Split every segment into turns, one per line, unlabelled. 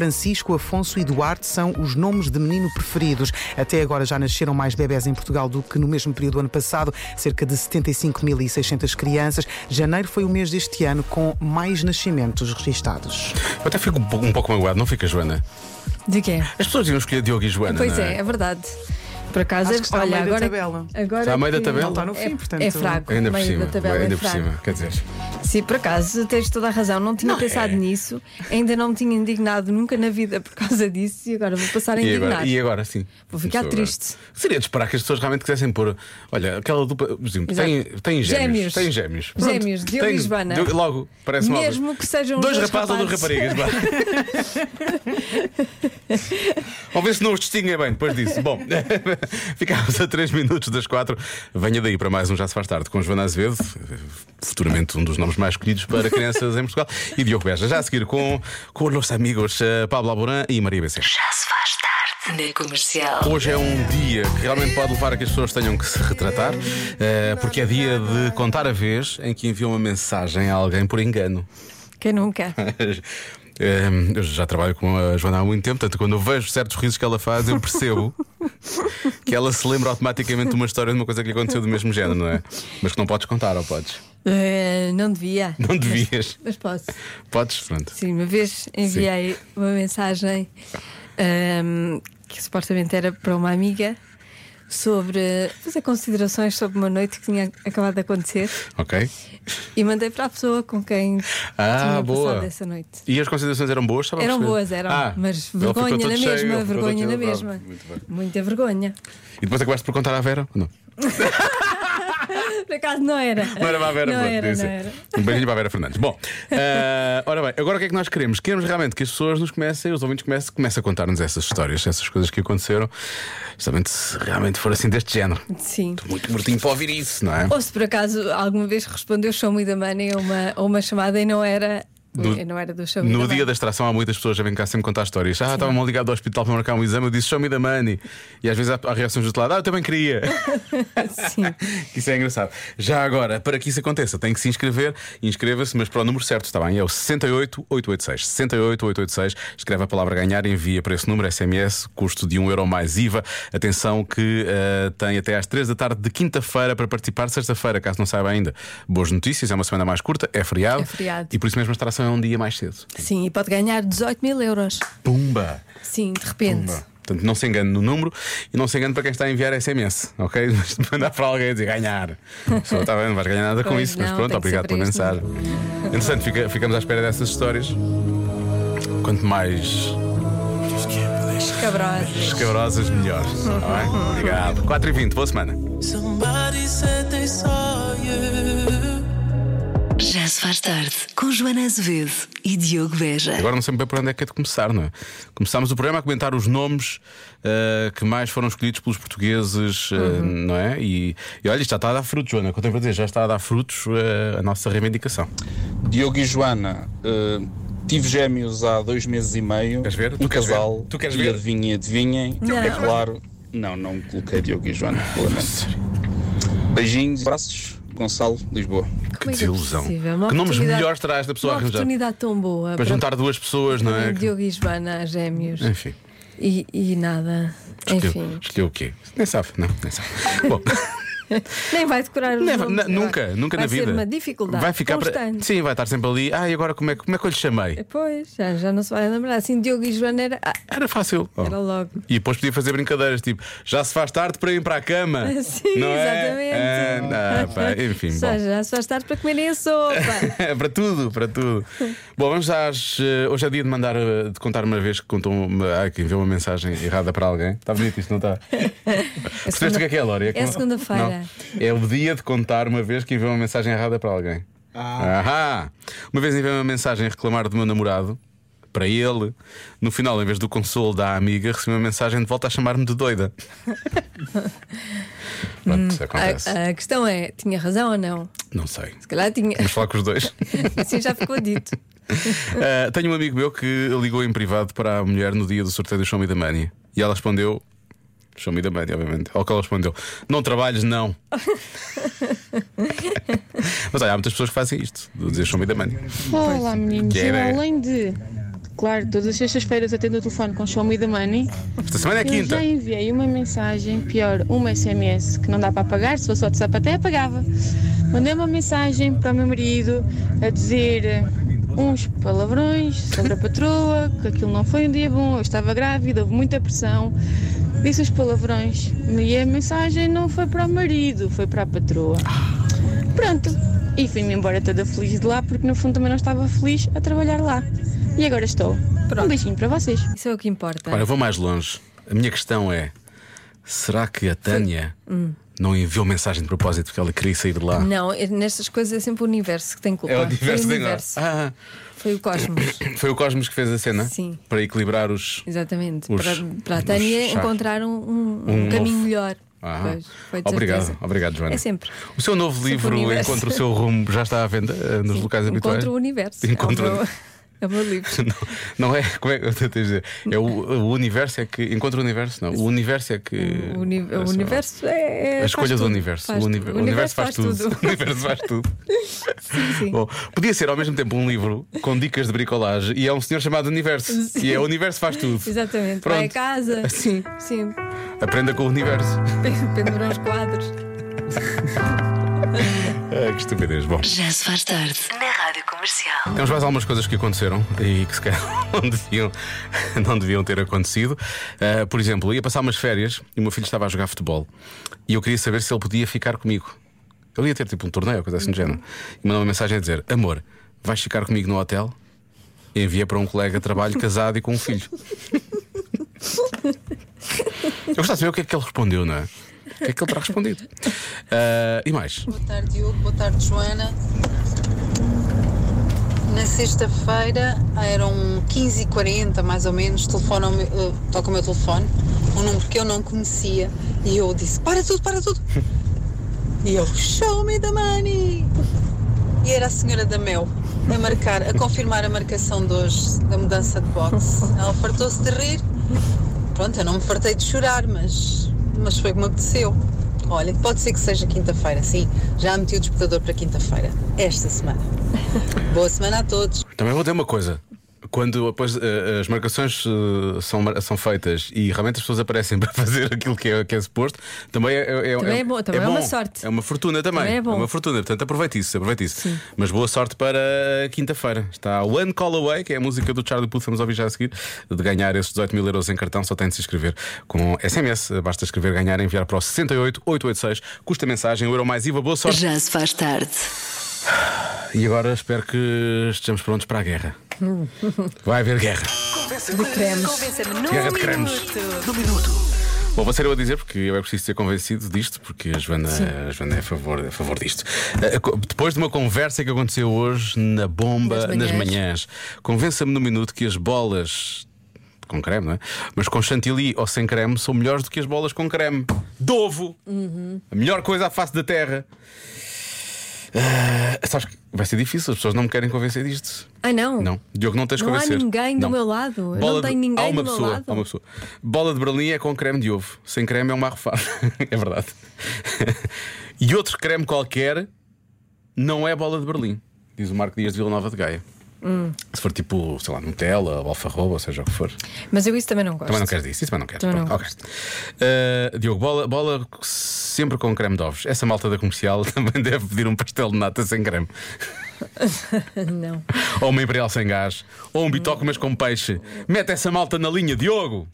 Francisco, Afonso e Duarte são os nomes de menino preferidos. Até agora já nasceram mais bebés em Portugal do que no mesmo período do ano passado, cerca de 75.600 crianças. Janeiro foi o mês deste ano com mais nascimentos registados.
Eu até fico um pouco, um pouco magoado, não fica, Joana?
De quê?
As pessoas iam escolher Diogo e Joana.
Pois
não
é, é verdade. Por acaso,
Acho que está ao
olha,
meio da
agora, é
tabela.
agora
Está ao meio da
que-
tabela?
Não está no
é-
fim, portanto,
É fraco,
Ainda por
meio
cima.
da tabela
ainda
é
por
fraco.
cima. Quer dizer,
Sim, por acaso, tens toda a razão. Não tinha
é.
pensado nisso, ainda não me tinha indignado nunca na vida por causa disso e agora vou passar a
e
indignar.
agora, e agora sim.
Vou ficar
Começou
triste.
agora. Seria de esperar que as pessoas realmente quisessem pôr. Olha, aquela dupla. por exemplo, Tem,
Exato.
tem gêmeos.
Gêmeos.
Tem gêmeos. Pronto,
Gêmeos, Diogo
tem-
e Joana.
Diogo- Logo, parece me
Mesmo
óbvio.
que sejam os
dois
dois
rapazes ou duas
rapazes.
raparigas. vá. Vamos ver se não os distinguem bem depois disso. Bom, ficámos a 3 minutos das 4. Venha daí para mais um Já Se Faz Tarde com Joana Azevedo, futuramente um dos nomes mais escolhidos para crianças em Portugal, e Diogo Beja. Já a seguir com, com os meus amigos eh, Pablo Alboran e Maria Becerra.
Já se faz tarde na comercial.
Hoje é um dia que realmente pode levar a que as pessoas tenham que se retratar, eh, porque é dia de contar a vez em que enviou uma mensagem a alguém por engano.
Quem nunca?
Eh, Eu já trabalho com a Joana há muito tempo, portanto, quando eu vejo certos risos que ela faz, eu percebo que ela se lembra automaticamente de uma história de uma coisa que lhe aconteceu do mesmo género, não é? Mas que não podes contar, ou podes?
Eh, não devia.
Não devias.
Mas posso.
Podes, pronto.
Sim, uma vez enviei uma mensagem ahm, que supostamente era para uma amiga sobre fazer considerações sobre uma noite que tinha acabado de acontecer
Ok.
e mandei para a pessoa com quem
Ah,
tinha
boa.
passado essa noite.
E as considerações eram boas? Estava a
Eram
perceber.
boas, eram,
Ah, ele
mas
ficou todo
vergonha na
cheio, ele ficou
mesma,
todo
vergonha na
cheio. Ah,
mesma.
muito bem.
Muita vergonha.
E depois acabaste por contar à Vera? Não.
Por acaso não era.
Não era para a Vera
não
Fernandes.
era,
disse.
não era.
Um beijinho para a Vera Fernandes. Bom, eh, ora bem, agora o que é que nós queremos? Queremos realmente que as pessoas nos comecem, os ouvintes comecem, comecem a contar-nos essas histórias, essas coisas que aconteceram, justamente se realmente for assim deste género.
Sim.
Estou muito mortinho para ouvir isso, não é?
Ou se por acaso alguma vez respondeu Show Me the Money a uma, a uma chamada e não era.
No-
e não era do Show Me
No
the
dia da
Money.
extração, há muitas pessoas a vêm cá sempre contar histórias. Ah, estava-me ligado ao hospital para marcar um exame, eu disse show me the money. E às vezes há, há reações do outro lado, ah, eu também queria.
Sim.
Isso é engraçado. Já agora, para que isso aconteça, tem que se inscrever. Inscreva-se, mas para o número certo, está bem? É o 68886. 68886. Escreve a palavra ganhar e envia para esse número SMS, custo de 1 euro mais IVA. Atenção que eh, tem até às 3 da tarde de quinta-feira para participar. Sexta-feira, caso não saiba ainda, boas notícias. É uma semana mais curta, é feriado.
É feriado.
E por isso mesmo a extração é um dia mais cedo.
Sim, e pode ganhar 18 mil euros.
Pumba!
Sim, de repente.
Pumba. Portanto, não se engane no número e não se engane para quem está a enviar SMS, ok? Mas de mandar para alguém e dizer ganhar. Só está bem, não vais ganhar nada com
Pois
isso, mas
não,
pronto,
tem que
obrigado
ser
pela
para este
mensagem. Interessante, fica- ficamos à espera dessas histórias. Quanto mais
Cabrosa.
escabrosas, melhor. Está bem? Obrigado. 4h20, boa semana.
Somebody said they saw you.
Já se faz tarde com Joana Azevedo e Diogo Beja.
Agora não sei bem por onde é que é de começar, não é? Começámos o programa a comentar os nomes ah, que mais foram escolhidos pelos portugueses, ah,
Uhum.
não é? E, e olha, isto já está a dar frutos, Joana, que eu tenho para dizer, já está a dar frutos ah, a nossa reivindicação.
Diogo e Joana, eh, tive gêmeos há dois meses e meio.
Queres ver?
Um
Tu queres
casal.
ver? Tu queres
e
ver?
adivinha, adivinhem. É
Não.
claro. Não, não coloquei Diogo e Joana. Lamento. Beijinhos, abraços. Gonçalo, Lisboa.
é Que
desilusão. Que nomes melhores terás da pessoa
uma
a arranjar?
oportunidade tão boa
Para juntar duas pessoas, não é?
Diogo e Joana, gêmeos.
Enfim.
E, e nada.
Escolheu,
Enfim.
escolheu o quê? Nem sabe, não, nem sabe. Bom,
Nem vai decorar os
never-
nomes
na- nunca,
agora.
nunca
vai
na vida.
Vai ser uma dificuldade.
Vai ficar para-
constante.
Sim, vai estar sempre ali. Ah, e agora como é, que- como é que eu lhe chamei?
Pois, já, já não se vai lembrar. Assim, Diogo e Joana era. ah,
Era fácil. Oh.
Era logo.
E depois podia fazer brincadeiras, tipo, já se faz tarde para ir para a cama.
Sim,
não
exatamente.
É? Ah, não, pá, enfim,
Só,
bom.
já só estar para comerem a sopa.
para tudo, para tudo. Bom, vamos às. eh, Hoje é dia de mandar, eh, de contar uma vez que contou uma, ai, que enviou uma mensagem errada para alguém. Está bonito isto, não está? Percebeste o que é que é, Lória?
É segunda-feira.
Não. É o dia de contar uma vez que enviou uma mensagem errada para alguém. Ahá. Uma vez enviei uma mensagem a reclamar do meu namorado. Para ele, no final, em vez do consolo da amiga, recebi uma mensagem de volta a chamar-me de doida. Pronto, isso acontece.
A, a questão é: tinha razão ou não?
Não sei.
Se calhar tinha.
Vamos falar com os dois.
Assim já ficou dito.
Ah, tenho um amigo meu que ligou em privado para a mulher no dia do sorteio do Show Me the Money e ela respondeu: Show Me the Money, obviamente. Ao que ela respondeu: Não trabalhes, não. Mas olha, há muitas pessoas que fazem isto, de dizer Show Me the Money.
Olá, meninos.
Que
Eu,
ideia.
além de Claro, todas as sextas-feiras atendo o telefone com Show Me the Money.
Esta semana é
Eu
quinta.
já enviei uma mensagem, pior, um uma SMS que não dá para apagar, se fosse WhatsApp até apagava. Mandei uma mensagem para o meu marido a dizer uns palavrões sobre a patroa, que aquilo não foi um dia bom, eu estava grávida, houve muita pressão. Disse os palavrões e a mensagem não foi para o marido, foi para a patroa. Pronto, e fui-me embora toda feliz de lá porque no fundo também não estava feliz a trabalhar lá. E agora estou. Um beijinho para vocês.
Isso é o que importa.
Olha, eu vou mais longe. A minha questão é: será que a Tânia não enviou mensagem de propósito porque ela queria sair de lá?
Hum. Não, é- nestas coisas é sempre o universo que tem culpa.
É o diverso de
Foi o universo.
Ah,
Foi o cosmos.
foi o Cosmos que fez a cena?
Sim.
Para equilibrar os.
Exatamente.
Os-
para, para
os
a Tânia
chás.
encontrar um, um- um
Um
caminho
novo.
melhor.
Ah,
Pois, foi de
obrigado,
certeza.
obrigado, Joana.
É sempre.
O seu novo
Sempre o
livro,
universo.
Encontra o seu rumo, já está à venda eh, nos locais habituais?
Encontro o universo.
Encontro-
É o meu, é o meu livro.
Não, não é, como é que eu tentei dizer? É o, o universo é que. Encontra o universo, não. O universo é que.
O, uni- o
é só-
universo é. é-
A escolha
faz
do
tudo,
universo.
faz
O, uni-
tudo.
o universo faz tudo. O universo faz tudo.
sim, sim.
Bom, podia ser ao mesmo tempo um livro com dicas de bricolagem e é um senhor chamado Universo.
Sim.
E é o Universo faz tudo.
Exatamente. Vai a
Pronto,
casa. Sim. Sim.
aprenda com o Universo.
Pen- Pendurar os quadros.
Ah, que estupidez. Bom,
Já se faz tarde na Rádio Comercial.
temos mais algumas coisas que aconteceram e que se calhar não deviam, não deviam ter acontecido. Ah, por exemplo, eu ia passar umas férias e o meu filho estava a jogar futebol e eu queria saber se ele podia ficar comigo. Ele ia ter tipo um torneio, ou coisa assim do género. E mandou uma mensagem a dizer: Amor, vais ficar comigo no hotel? E envia para um colega de trabalho casado e com um filho. Eu gostava de saber o que é que ele respondeu, não é? O que é que ele terá respondido? Ah, e mais?
Boa tarde, Diogo. Boa tarde, Joana. Na sexta-feira, eram 15h40 mais ou menos, telefona ao meu- eh, toca o meu telefone, um número que eu não conhecia, e eu disse: Para tudo, para tudo! E eu: Show me the money! E era a senhora da Mel a marcar, a confirmar a marcação de hoje, da mudança de boxe. Ela fartou-se de rir. Pronto, eu não me fartei de chorar, mas, mas foi como aconteceu. Olha, pode ser que seja quinta-feira, sim. Já meti o despertador para quinta-feira, esta semana. Boa semana a todos.
Também vou dizer uma coisa. Quando depois eh, as marcações eh, são, mar- são feitas e realmente as pessoas aparecem para fazer aquilo que é, que é suposto, também é, é,
Também é bom, também é uma sorte.
É uma fortuna também.
Também é bom.
uma fortuna, portanto aproveite isso, aproveite isso. Mas boa sorte para quinta-feira. Está One Call Away, que é a música do Charlie Puth, vamos ouvir já a seguir, de ganhar esses 18 mil euros em cartão, só tem de se inscrever com SMS. Basta escrever ganhar e enviar para o 68886. Custa mensagem, um euro mais IVA, boa sorte.
Já se faz tarde.
E agora espero que estejamos prontos para a guerra. Vai haver guerra. Guerra de cremes. Bom, vou ser eu a dizer, porque eu é preciso ser convencido disto, porque a Joana, a Joana é a favor, a favor disto. Eh, co- Depois de uma conversa que aconteceu hoje na bomba
Nas
nas
manhãs.
manhãs, convença-me no minuto que as bolas. Com creme, não é? Mas com chantilly ou sem creme são melhores do que as bolas com creme. Dovo!
Uhum.
A melhor coisa à face da terra. Ah, sabes que vai ser difícil, as pessoas não me querem convencer disto.
Ah, não.
Não, Diogo, não tens de
Não há
convencer.
ninguém do meu lado. Eu não tenho ninguém
há uma
do meu
pessoa,
lado.
Há uma pessoa. Bola de Berlim é com creme de ovo. Sem creme é uma arrofada. é verdade. e outro creme qualquer não é bola de Berlim. Diz o Marco Dias de Vila Nova de Gaia.
Hum.
Se for tipo, sei lá, Nutella, ou alfarroba, ou seja o que for.
Mas eu isso também não gosto.
Também não queres disso, isso também não queres.
Também não
Pronto, ok. Ah, Diogo, bola, bola sempre com creme de ovos. Essa malta da comercial também deve pedir um pastel de nata sem creme.
Não.
Ou uma imperial sem gás, ou um bitoque, mas com peixe. Mete essa malta na linha, Diogo!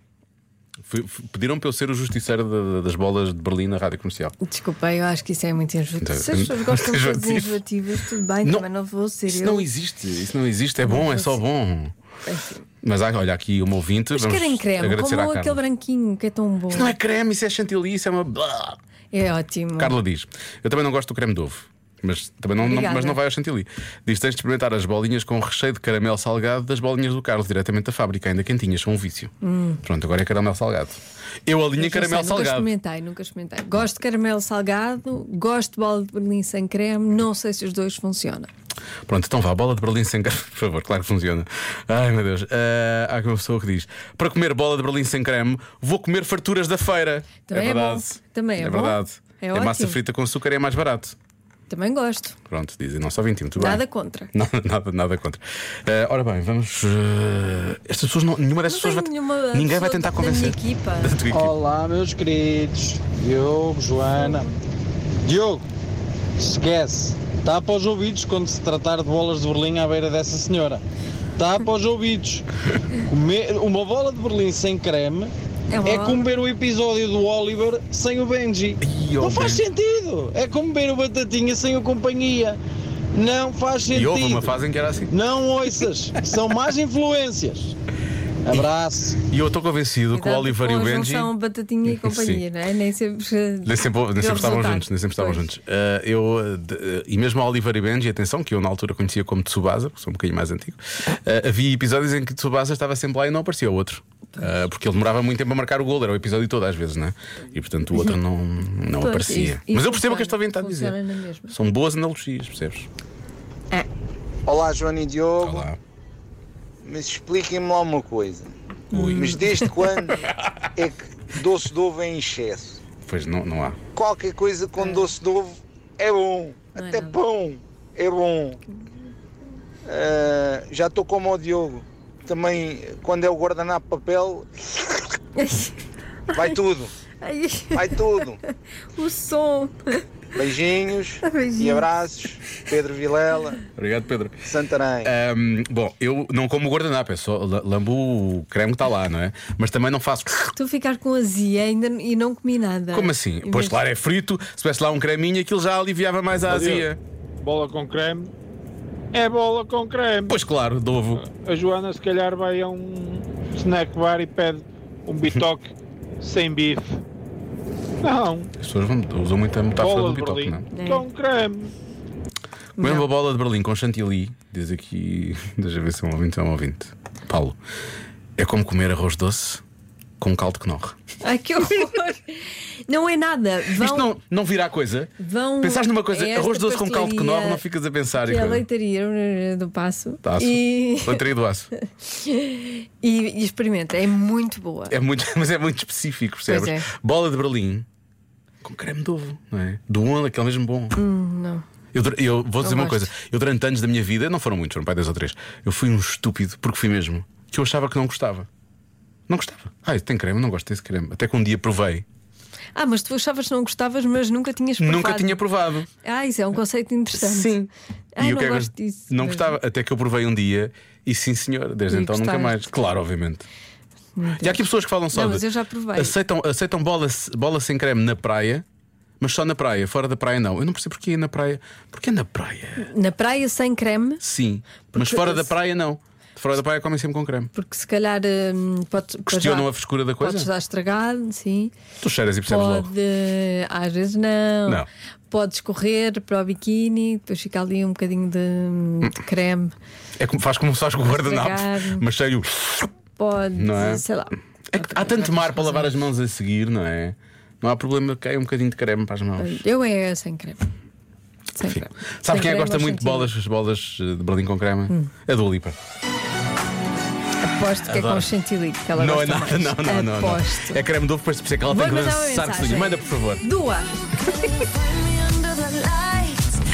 Fui- f- Pediram para eu ser o justiceiro da- da- das bolas de Berlim na rádio comercial.
Desculpa, eu acho que isso é muito injusto.
Então,
Se as pessoas gostam de coisas
enjoativo.
enjoativas, tudo bem, também não vou ser
isso
eu. É
não existe, isso não existe, é bom, é só bom. Mas há- olha, aqui uma ouvinte.
assim. Mas
vamos
querem creme,
agradecer
como
à
aquele
Carla.
branquinho que é tão bom.
Isso não é creme, isso é chantilly, isso é uma.
É ótimo.
Carla diz: Eu também não gosto do creme de ovo. Mas também não, não-
Obrigada.
mas não vai ao chantilly. Diz: tens de experimentar as bolinhas com recheio de caramelo salgado das bolinhas do Carlos, diretamente da fábrica, ainda quentinhas, são um vício. Pronto, agora é caramelo salgado. Eu alinho
Não Hum. sei,
caramelo
Nunca
salgado.
experimentei, nunca experimentei. Gosto de caramelo salgado, gosto de bola de berlim sem creme, não sei se os dois funcionam.
Pronto, então vá, bola de Berlim sem creme, por favor, claro que funciona. Ai meu Deus. Ah, há aqui uma pessoa que diz: para comer bola de Berlim sem creme, vou comer farturas da feira.
Também
é
é bom.
verdade.
Também é bom.
verdade.
É
a massa
ótimo.
frita com açúcar é mais barato.
Também gosto.
Pronto, dizem, não só 20, muito bem.
Nada contra.
Nada, nada, nada contra. Eh, ora bem, vamos. eh, estas pessoas não. Nenhuma
Não
dessas pessoas
tenho
vai.
nenhuma
ninguém vai
pessoa
tentar
da minha
convencer.
equipa.
Da tua equipa.
Olá, meus queridos. Diogo, Joana. Diogo, esquece. Tapa os ouvidos quando se tratar de bolas de Berlim à beira dessa senhora. Tapa os ouvidos. Comer- uma bola de Berlim sem creme
É uma
é,
bola.
como ver o episódio do Oliver sem o Benji.
Ih, oh,
Não faz
Benji.
sentido. É como ver o Batatinha sem o Companhia. Não faz sentido.
E houve uma fase em que era assim.
Não ouças. São más influências. Abraço.
E eu estou convencido que o
Cuidado
Oliver e
com
o
a
Benji.
junção batatinha e companhia, não é? Nem sempre.
Nem sempre, nem
deu
sempre estavam
resultado.
juntos, nem sempre estavam
Pois.
juntos. Ah, eu, ah, de- ah, e mesmo a Oliver e Benji, atenção, que eu na altura conhecia como Tsubasa, porque sou um bocadinho mais antigo, ah, havia episódios em que Tsubasa estava sempre lá e não aparecia o outro. Ah, porque ele demorava muito tempo a marcar o gol, era o episódio todo às vezes, né? E portanto o outro não, não
Uhum. Pois,
aparecia.
isso- isso
Mas eu percebo o que este ouvinte
funciona,
está a dizer.
funciona na mesma.
São boas analogias, percebes?
Olá, Joana e Diogo.
Olá.
Mas expliquem-me lá uma coisa.
Ui.
Mas desde quando é que doce de ovo é em excesso?
Pois não, não há.
Qualquer coisa com doce de ovo é bom.
Não é
Até
nada.
pão é bom. Ah, já estou como o Diogo. Também, quando é o guardanapo de papel, vai tudo.
Ai,
Vai tudo.
o som.
Beijinhos, e
Beijinhos.
abraços. Pedro Vilela,
Obrigado, Pedro.
Santarém.
É
Ahm, bom, eu não como o guardanapo, é só la- lambo o creme que está lá, não é? Mas também não faço.
Tu ficar com azia ainda n- e não comi nada.
Como assim?
E
Pois
mesmo-
claro, é frito, se tivesse lá um creminho, aquilo já aliviava mais a azia.
Bola com creme. É bola com creme.
Pois claro, de ovo.
A Joana se calhar vai a um snack bar e pede um bitoque sem bife. Não,
As pessoas vão- usam muito a metáfora
bola
Tá do
de
bitoque,
Berlim
não?
É.
com creme.
Comer uma bola de Berlim com chantilly, diz aqui, deixa eu ver se é um ouvinte ou é um ouvinte. Paulo, é como comer arroz doce com caldo que norre.
Ai que horror! não é nada. Vão,
Isto não, não virá coisa?
vão
Pensaste numa coisa,
a esta
arroz doce com caldo que norre,
pastelaria
não ficas a pensar.
Que é a
cara.
leitaria do Passo.
Tá, aço.
E,
Leitaria do aço.
e, e experimenta, é muito boa.
É muito, mas é muito específico, percebes?
Pois é.
Bola de Berlim com creme de ovo, não é? Do onde, aquele mesmo bom.
não.
Eu, dur- eu vou dizer uma
gosto.
coisa. Eu, durante anos da minha vida, não foram muitos, foram pai dois ou três. Eu fui um estúpido, porque fui mesmo, que eu achava que não gostava. Não gostava. Ah, tem creme, não gosto desse creme. Até que um dia provei.
Ah, mas tu achavas que não gostavas, mas nunca tinhas provado.
Nunca tinha provado.
Ah, isso é um conceito interessante.
Sim.
Ah,
E o
não
que é que eu-
gosto disso.
Não
mas-
gostava. Até que eu provei um dia e sim, senhor. Desde
E
então nunca
gostaste.
mais. Claro, obviamente. E há aqui pessoas que falam só.
Não,
de-
mas eu já provei.
Aceitam, aceitam bola, bola sem creme na praia, mas só na praia. Fora da praia, não. Eu não percebo porque é na praia. Porque é na praia?
Na praia sem creme,
Sim. mas
Porque
fora
se-
da praia, não. Fora da praia, comem sempre com creme.
porque se calhar hum, pode. pode
Questionam
dar-
a frescura da
Pode
coisa?
estar estragado, sim.
Tu cheiras e percebes
Pode.
logo.
Às vezes não.
Não.
Pode escorrer para o biquíni, depois fica ali um bocadinho de, de creme.
É como, faz como faz com o guardanapo,
Estragar.
mas cheio.
Pode,
Não é?
sei lá.
É que há tanto mar para lavar as mãos a seguir, não é? Não há problema que caia um bocadinho de creme para as mãos.
Eu é sem creme. Sem
Enfim.
creme.
Sabes
Sem
quem é
creme Hum.
que gosta
ou
muito de
chantilly.
bolas, as bolas eh, de Berlim com creme? A do Lipa.
Aposto que é
Adoro.
com chantilly que ela
Não é
gosta
nada,
mais.
não, não, não, não.
Aposto.
É creme de ovo, depois perceber que ela
Vou
tem que
mandar uma
lançar cozinha.
mensagem.
Manda, por favor.
Dua.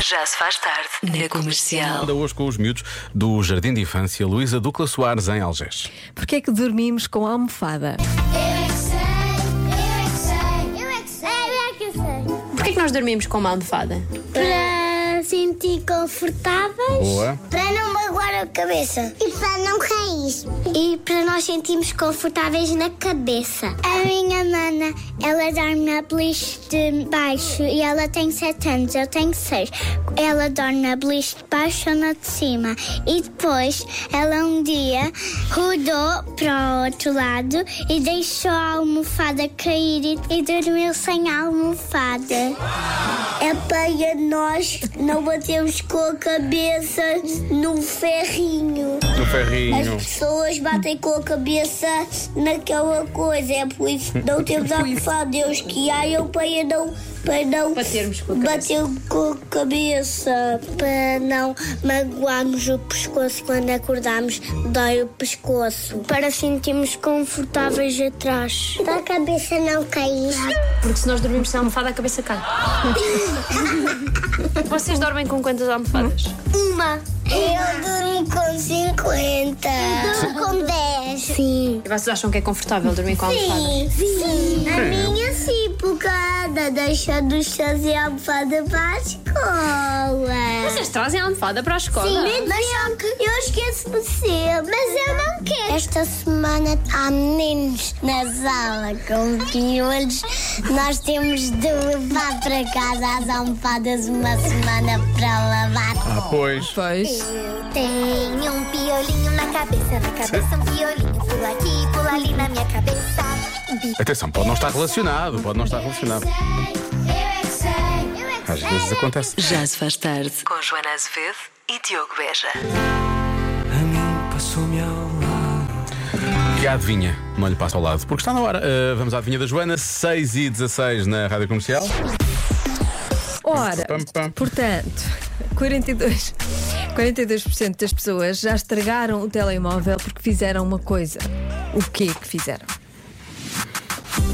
Já se faz tarde na comercial.
Ainda hoje com os miúdos do Jardim de Infância Luísa Ducla Soares em Algés.
Porquê é que dormimos com a almofada?
é
Porquê é que nós dormimos com uma almofada?
Para sentir confortáveis.
Boa.
Para não magoar a cabeça. E para não cair. E para nós sentirmos confortáveis na cabeça. A minha mana, ela dorme na beliche de baixo e ela tem 7 anos, eu tenho 6. Ela dorme na beliche de baixo ou na de cima. E depois, ela um dia rodou para o outro lado e deixou a almofada cair e, e dormiu sem a almofada. É para nós não batemos com a cabeça no ferrinho.
no ferrinho.
As pessoas batem com a cabeça naquela coisa, é por isso que não temos a culpar Deus que hajam para não, para não bater com a cabeça, para não magoarmos o pescoço quando acordamos, dói o pescoço, para sentirmos confortáveis atrás. Para a cabeça não cair.
Porque se nós dormirmos sem almofada, a cabeça cai. Vocês dormem com quantas almofadas?
Uma. Eu durmo com 50. Eu durmo com 10. Sim.
Vocês acham que é confortável dormir com
Tá
almofadas?
Sim, sim. A minha sim, porque ela deixa dos chás e a almofada para a escola.
Vocês trazem a almofada para a escola?
mas só que eu esqueço-me sempre. Mas eu não quero. Esta semana há meninos na sala com piolhos. Nós temos de levar para casa as almofadas uma semana para lavar.
Ah, pois.
Pois.
Eu tenho um piolinho na cabeça, na cabeça um piolinho. Pula aqui, pula ali na minha cabeça.
Atenção, pode não estar relacionado, pode não estar relacionado. Às vezes acontece.
Já se faz tarde com Joana Azevedo e Diogo Beja.
E a adivinha não lhe passa ao lado, porque está na hora. Uh, vamos à adivinha da Joana, 6 e 16 na rádio comercial.
Ora,
Pam, pam.
portanto, 42, 42% das pessoas já estragaram o telemóvel porque fizeram uma coisa. O que que fizeram?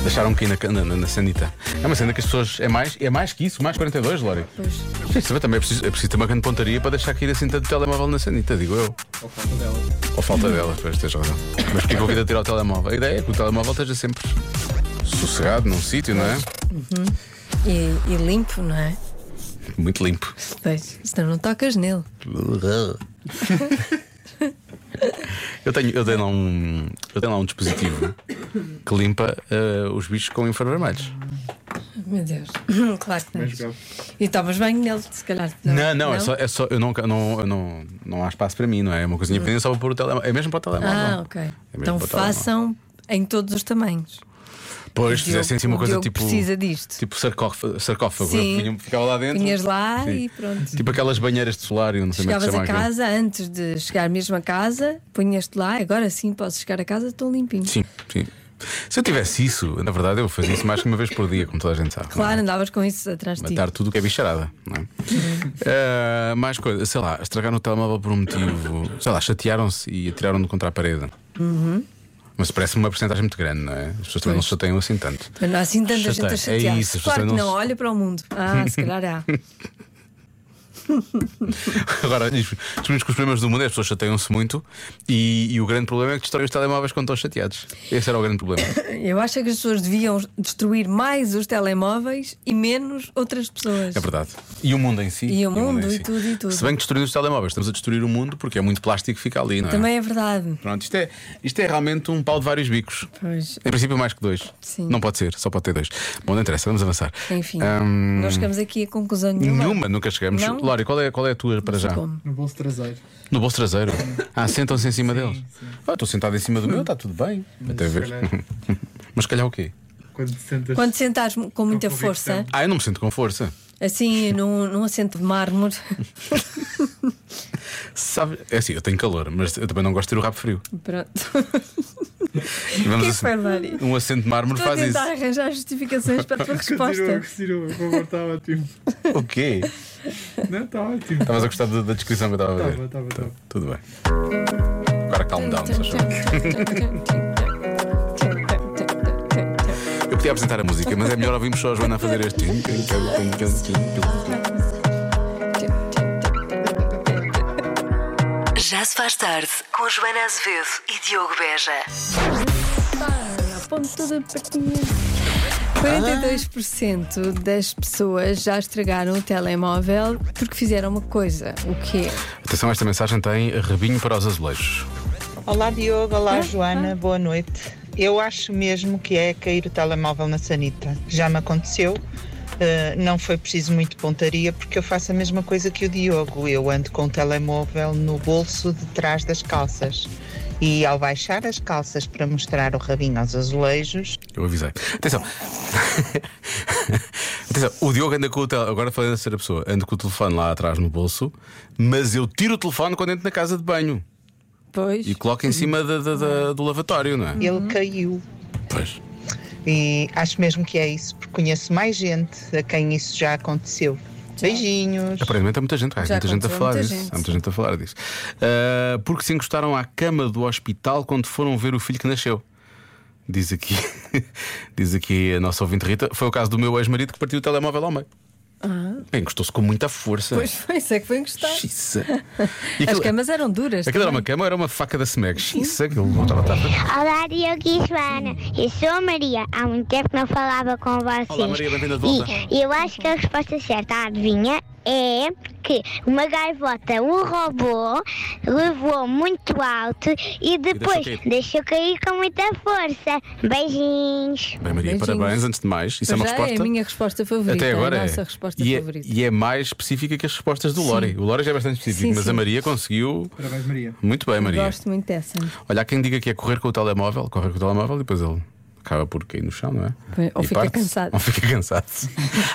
Deixaram um bocadinho na, na, na, na sanita. É uma cena que as pessoas. É mais, é mais que isso, mais 42, Lória.
Pois.
Sim, sabe, também é preciso, é preciso ter uma grande pontaria para deixar cair a cinta do telemóvel na sanita, digo eu. Ou falta dela. Ou falta dela, pois tens razão. Mas porquê que eu queria tirar o telemóvel? A ideia é que o telemóvel esteja sempre sossegado num sítio, não é?
E, e limpo, não é?
Muito limpo.
Pois, senão não tocas nele.
Eu tenho, eu tenho, lá, um, eu tenho lá um dispositivo que limpa eh, os bichos com infravermelhos.
Meu Deus, claro que não. E tomas banho nele, se calhar.
Não, não, é só, é só eu não, não, eu não, não há espaço para mim, não é? É uma coisinha pequenina só para pôr o telemóvel. É mesmo para o telemóvel.
Ah, ok.
É mesmo
então
para o telemóvel.
façam em todos os tamanhos.
Pois,
O
fizessem assim uma
Diogo- o
coisa
Diogo
tipo.
precisa disto.
Tipo sarcófago. sarcófago.
Sim.
Eu punha- ficava lá dentro.
Punhas lá
Sim.
e pronto.
Tipo aquelas banheiras de solário, não sei como é que se
Chegavas
chama
a
aquilo.
casa antes de chegar mesmo a casa, punhas-te lá, agora sim posso chegar a casa, estou limpinho.
Sim, sim. Se eu tivesse isso, na verdade eu fazia isso mais que uma vez por dia, como toda a gente sabe.
Claro, andavas com isso atrás de ti.
Matar tudo o que é bicharada, não é?
Uhum.
Ah, mais coisa, sei lá, estragaram o telemóvel por um motivo, sei lá, chatearam-se e atiraram-no contra a parede.
Uhum.
Mas parece uma porcentagem muito grande, não é? As pessoas também não se chateiam assim tanto.
Mas não há assim tanta gente a
Chatei. É
chatear.
isso, as pessoas
claro que
não
não,
se-
olha para o mundo. Ah, se calhar há.
Agora, diz- descobrimos que os problemas do mundo é as pessoas chateiam-se muito e, e o grande problema é que destroem os telemóveis quando estão chateados. Esse era o grande problema.
Eu acho que as pessoas deviam destruir mais os telemóveis e menos outras pessoas.
É verdade. E o mundo em si.
E o mundo,
em
e
si.
tudo, e tudo.
Se bem que destruímos os telemóveis, estamos a destruir o mundo porque é muito plástico que fica ali, não é?
Também é verdade.
Pronto, isto é, isto é realmente um pau de vários bicos.
Pois.
Em princípio, mais que dois.
Sim.
Não pode ser, só pode ter dois. Bom, não interessa, vamos avançar.
Enfim,
Ahm,
não chegamos aqui a conclusão nenhuma.
Hum, Nenhuma, nunca chegamos.
Não?
Lória, qual é, qual é a tua para já?
No bolso traseiro.
No bolso traseiro. Ah, sentam-se em cima deles. Ah, estou sentado em cima do meu, está tudo bem. Até
se
ver.
calhar-
Mas se calhar o quê?
Quando sentas.
Quando sentares com muita força,
Ah, eu não me sinto com força.
assim num, num assento de mármore,
Sabe? É assim, eu tenho calor, mas eu também não gosto de ter o rabo frio.
pronto. é
Vamos
Que
assim-
barbárie.
um assento de mármore
Estou a
faz isso.
tentar arranjar justificações para a tua resposta.
Continua, continua, está ótimo.
O quê?
Não, está ótimo.
Estavas a gostar da, da descrição que eu estava a ver?
Estava, estava, estava.
Tudo bem. Agora calm down, se achar. Eu podia apresentar a música, mas é melhor ouvirmos só a Joana a fazer este.
Já se faz tarde com Joana Azevedo e Diogo Beja.
Ponto toda pertinho. 42% das pessoas já estragaram o telemóvel porque fizeram uma coisa. O quê?
Atenção, esta mensagem tem rabinho para os azulejos.
Olá Diogo, olá Joana, boa noite. Eu acho mesmo que é cair o telemóvel na sanita. Já me aconteceu. eh, não foi preciso muito pontaria porque eu faço a mesma coisa que o Diogo. Eu ando com o telemóvel no bolso de trás das calças. E ao baixar as calças para mostrar o rabinho aos azulejos,
Eu avisei. Atenção. Atenção, o Diogo anda com o telefone. Agora falei da terceira pessoa. Ando com o telefone lá atrás no bolso, mas eu tiro o telefone quando entro na casa de banho.
Pois.
E coloca em cima da- da- da- do lavatório, não é?
Ele caiu.
Pois.
E acho mesmo que é isso, porque conheço mais gente a quem isso já aconteceu. Beijinhos.
Aparentemente há muita gente, há
Já
muita gente a
aconteceu,
falar
muita
disso.
gente.
Há muita gente a falar disso. Ah, porque se encostaram à cama do hospital quando foram ver o filho que nasceu. Diz aqui, diz aqui a nossa ouvinte Rita. Foi o caso do meu ex-marido que partiu o telemóvel ao meio.
Ah,
Bem, encostou-se com muita força.
pois foi, isso é que foi encostar.
Xissa.
As
aquilo-
camas eram duras. é?
Aquilo era
também.
uma cama, era uma faca da SMEG. Xissa, aquilo voltava tarde.
Olá, Diogo e Joana. Eu sou a Maria. Há muito tempo não falava com vocês.
Olá, Maria, bem-vinda de volta.
E eu acho que a resposta certa à adivinha é que uma gaivota, um robô, levou muito alto e depois
deixou
deixou, cair com muita força. Beijinhos.
Bem, Maria,
Beijinhos.
parabéns, antes de mais. Isso é uma
Já
resposta.
a minha resposta favorita.
Até agora
a nossa
é.
resposta
e, é,
favorita.
e é mais específica que as respostas do
Sim.
Lori. O Lori já é bastante específico,
Sim,
mas
sim.
a Maria conseguiu.
Parabéns, Maria.
Muito bem, Maria.
Gosto muito dessa. então
Olha, há quem diga que é correr com o telemóvel, correr com o telemóvel e depois ele acaba por cair no chão, não é?
Pois, ou
E
fica
parte-se,
cansado.
Ou fica cansado.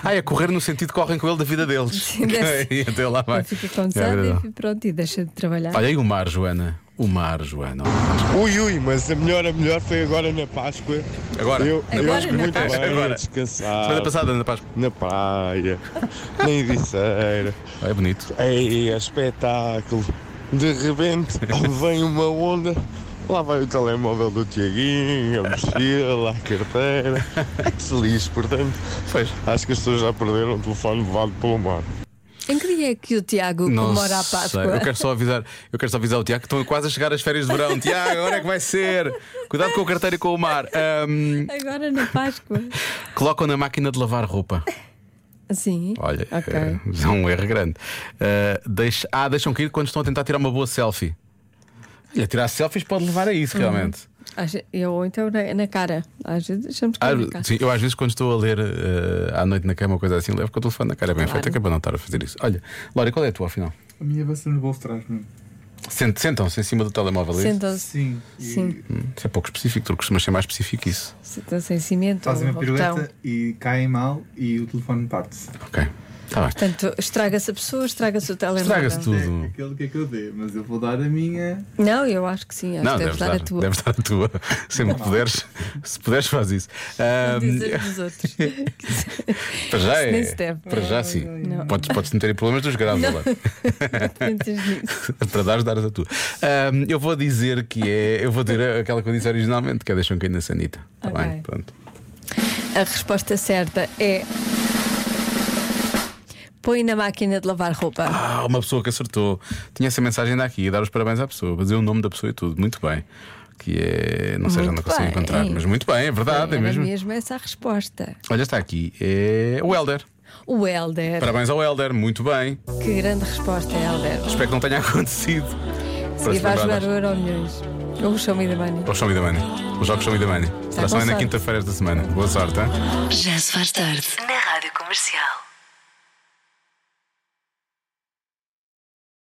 ah, é correr no sentido que correm com ele da vida deles.
Sim, deve-
e até lá vai.
Ele fica
É
cansado
agradável.
e pronto, e deixa de trabalhar.
Olha aí o mar, Joana. O mar, Joana.
Ui, ui, mas a melhor, a melhor foi agora na Páscoa.
Agora?
Eu, eu
Agora na
muito
Páscoa.
bem
Agora.
descansar.
Semana passada, na Páscoa.
Na praia, na Ericeira.
É bonito.
Ei, é espetáculo. De repente vem uma onda. Lá vai o telemóvel do Tiaguinho, a mochila, a carteira. É Feliz, portanto. Acho que as pessoas já perderam o telefone levado pelo mar.
Em que dia é que o Tiago comemora a Páscoa?
sei. Eu quero só avisar, eu quero só avisar o Tiago que estão quase a chegar as férias de verão. Tiago, agora é que vai ser. Cuidado com o carteiro e com o mar. Ahm,
Agora na Páscoa.
colocam na máquina de lavar roupa.
Sim.
Olha,
Assim? Ok.
é, é um erro grande. Ah, deixa- ah, deixam cair quando estão a tentar tirar uma boa selfie. Olha, tirar selfies pode levar a
Uhum.
isso, realmente.
Às ve- Eu ou então na, na cara. Às vezes deixamos
Ah,
cair na cara.
sim, eu às vezes quando estou a ler ah, à noite na cama ou coisa assim, levo com o telefone na cara. É bem feito, é que é para não estar a fazer isso. Olha, Laura, qual é a tua afinal?
A minha vai ser no bolso de trás, mesmo.
Sent- Sentam-se em cima do telemóvel, é isso?
Sentam-se.
Sim.
Sim.
Hum, Isso é pouco específico, tu costumas ser mais específico que isso.
Sentam-se em cimento.
Fazem
ou
uma
botão.
pirueta e caem mal e o telefone parte-se.
Ok. Tá bem.
Portanto, estraga-se a pessoa, estraga-se o telemóvel.
É, aquele que é que eu dei, mas eu vou dar a minha.
Não, eu acho que sim. Acho
não,
que
deves
deve
dar,
dar a tua.
deves dar a tua. Sempre que puderes, se puderes, faz isso. Ah,
Dizer dos outros.
para já
Isso
é.
nem se deve.
Para já sim.
Não.
Podes, podes não ter aí problemas dos graves,
Não.
Laura.
Pensas nisso.
para dares, dares a tua. Ahm, eu vou dizer que é. Eu vou dizer aquela que eu disse originalmente, que é deixam cair na sanita. Tá
Ok.
bem? Pronto.
A resposta certa é. Põe na máquina de lavar roupa.
Ah, uma pessoa que acertou. Tinha essa mensagem daqui, dar os parabéns à pessoa, vou dizer o nome da pessoa e tudo. Muito bem. Que é. Não sei, já
Muito
não consigo
bem.
encontrar, mas muito bem, é verdade, é
Era
mesmo.
essa a resposta.
Olha, está aqui. É o Helder.
O Helder.
Parabéns ao Helder, muito bem.
Que grande resposta, Helder.
Espero que não tenha acontecido.
E
se
vai
lembrar
jogar
das-
o Euro Milhões. Ou o Show Me the Money.
Para o Show Me the Money. Os jogos Show Me the Money. Para a
com
semana,
sorte.
quinta-feira da semana. Boa sorte, hein?
Já se faz tarde na Rádio Comercial.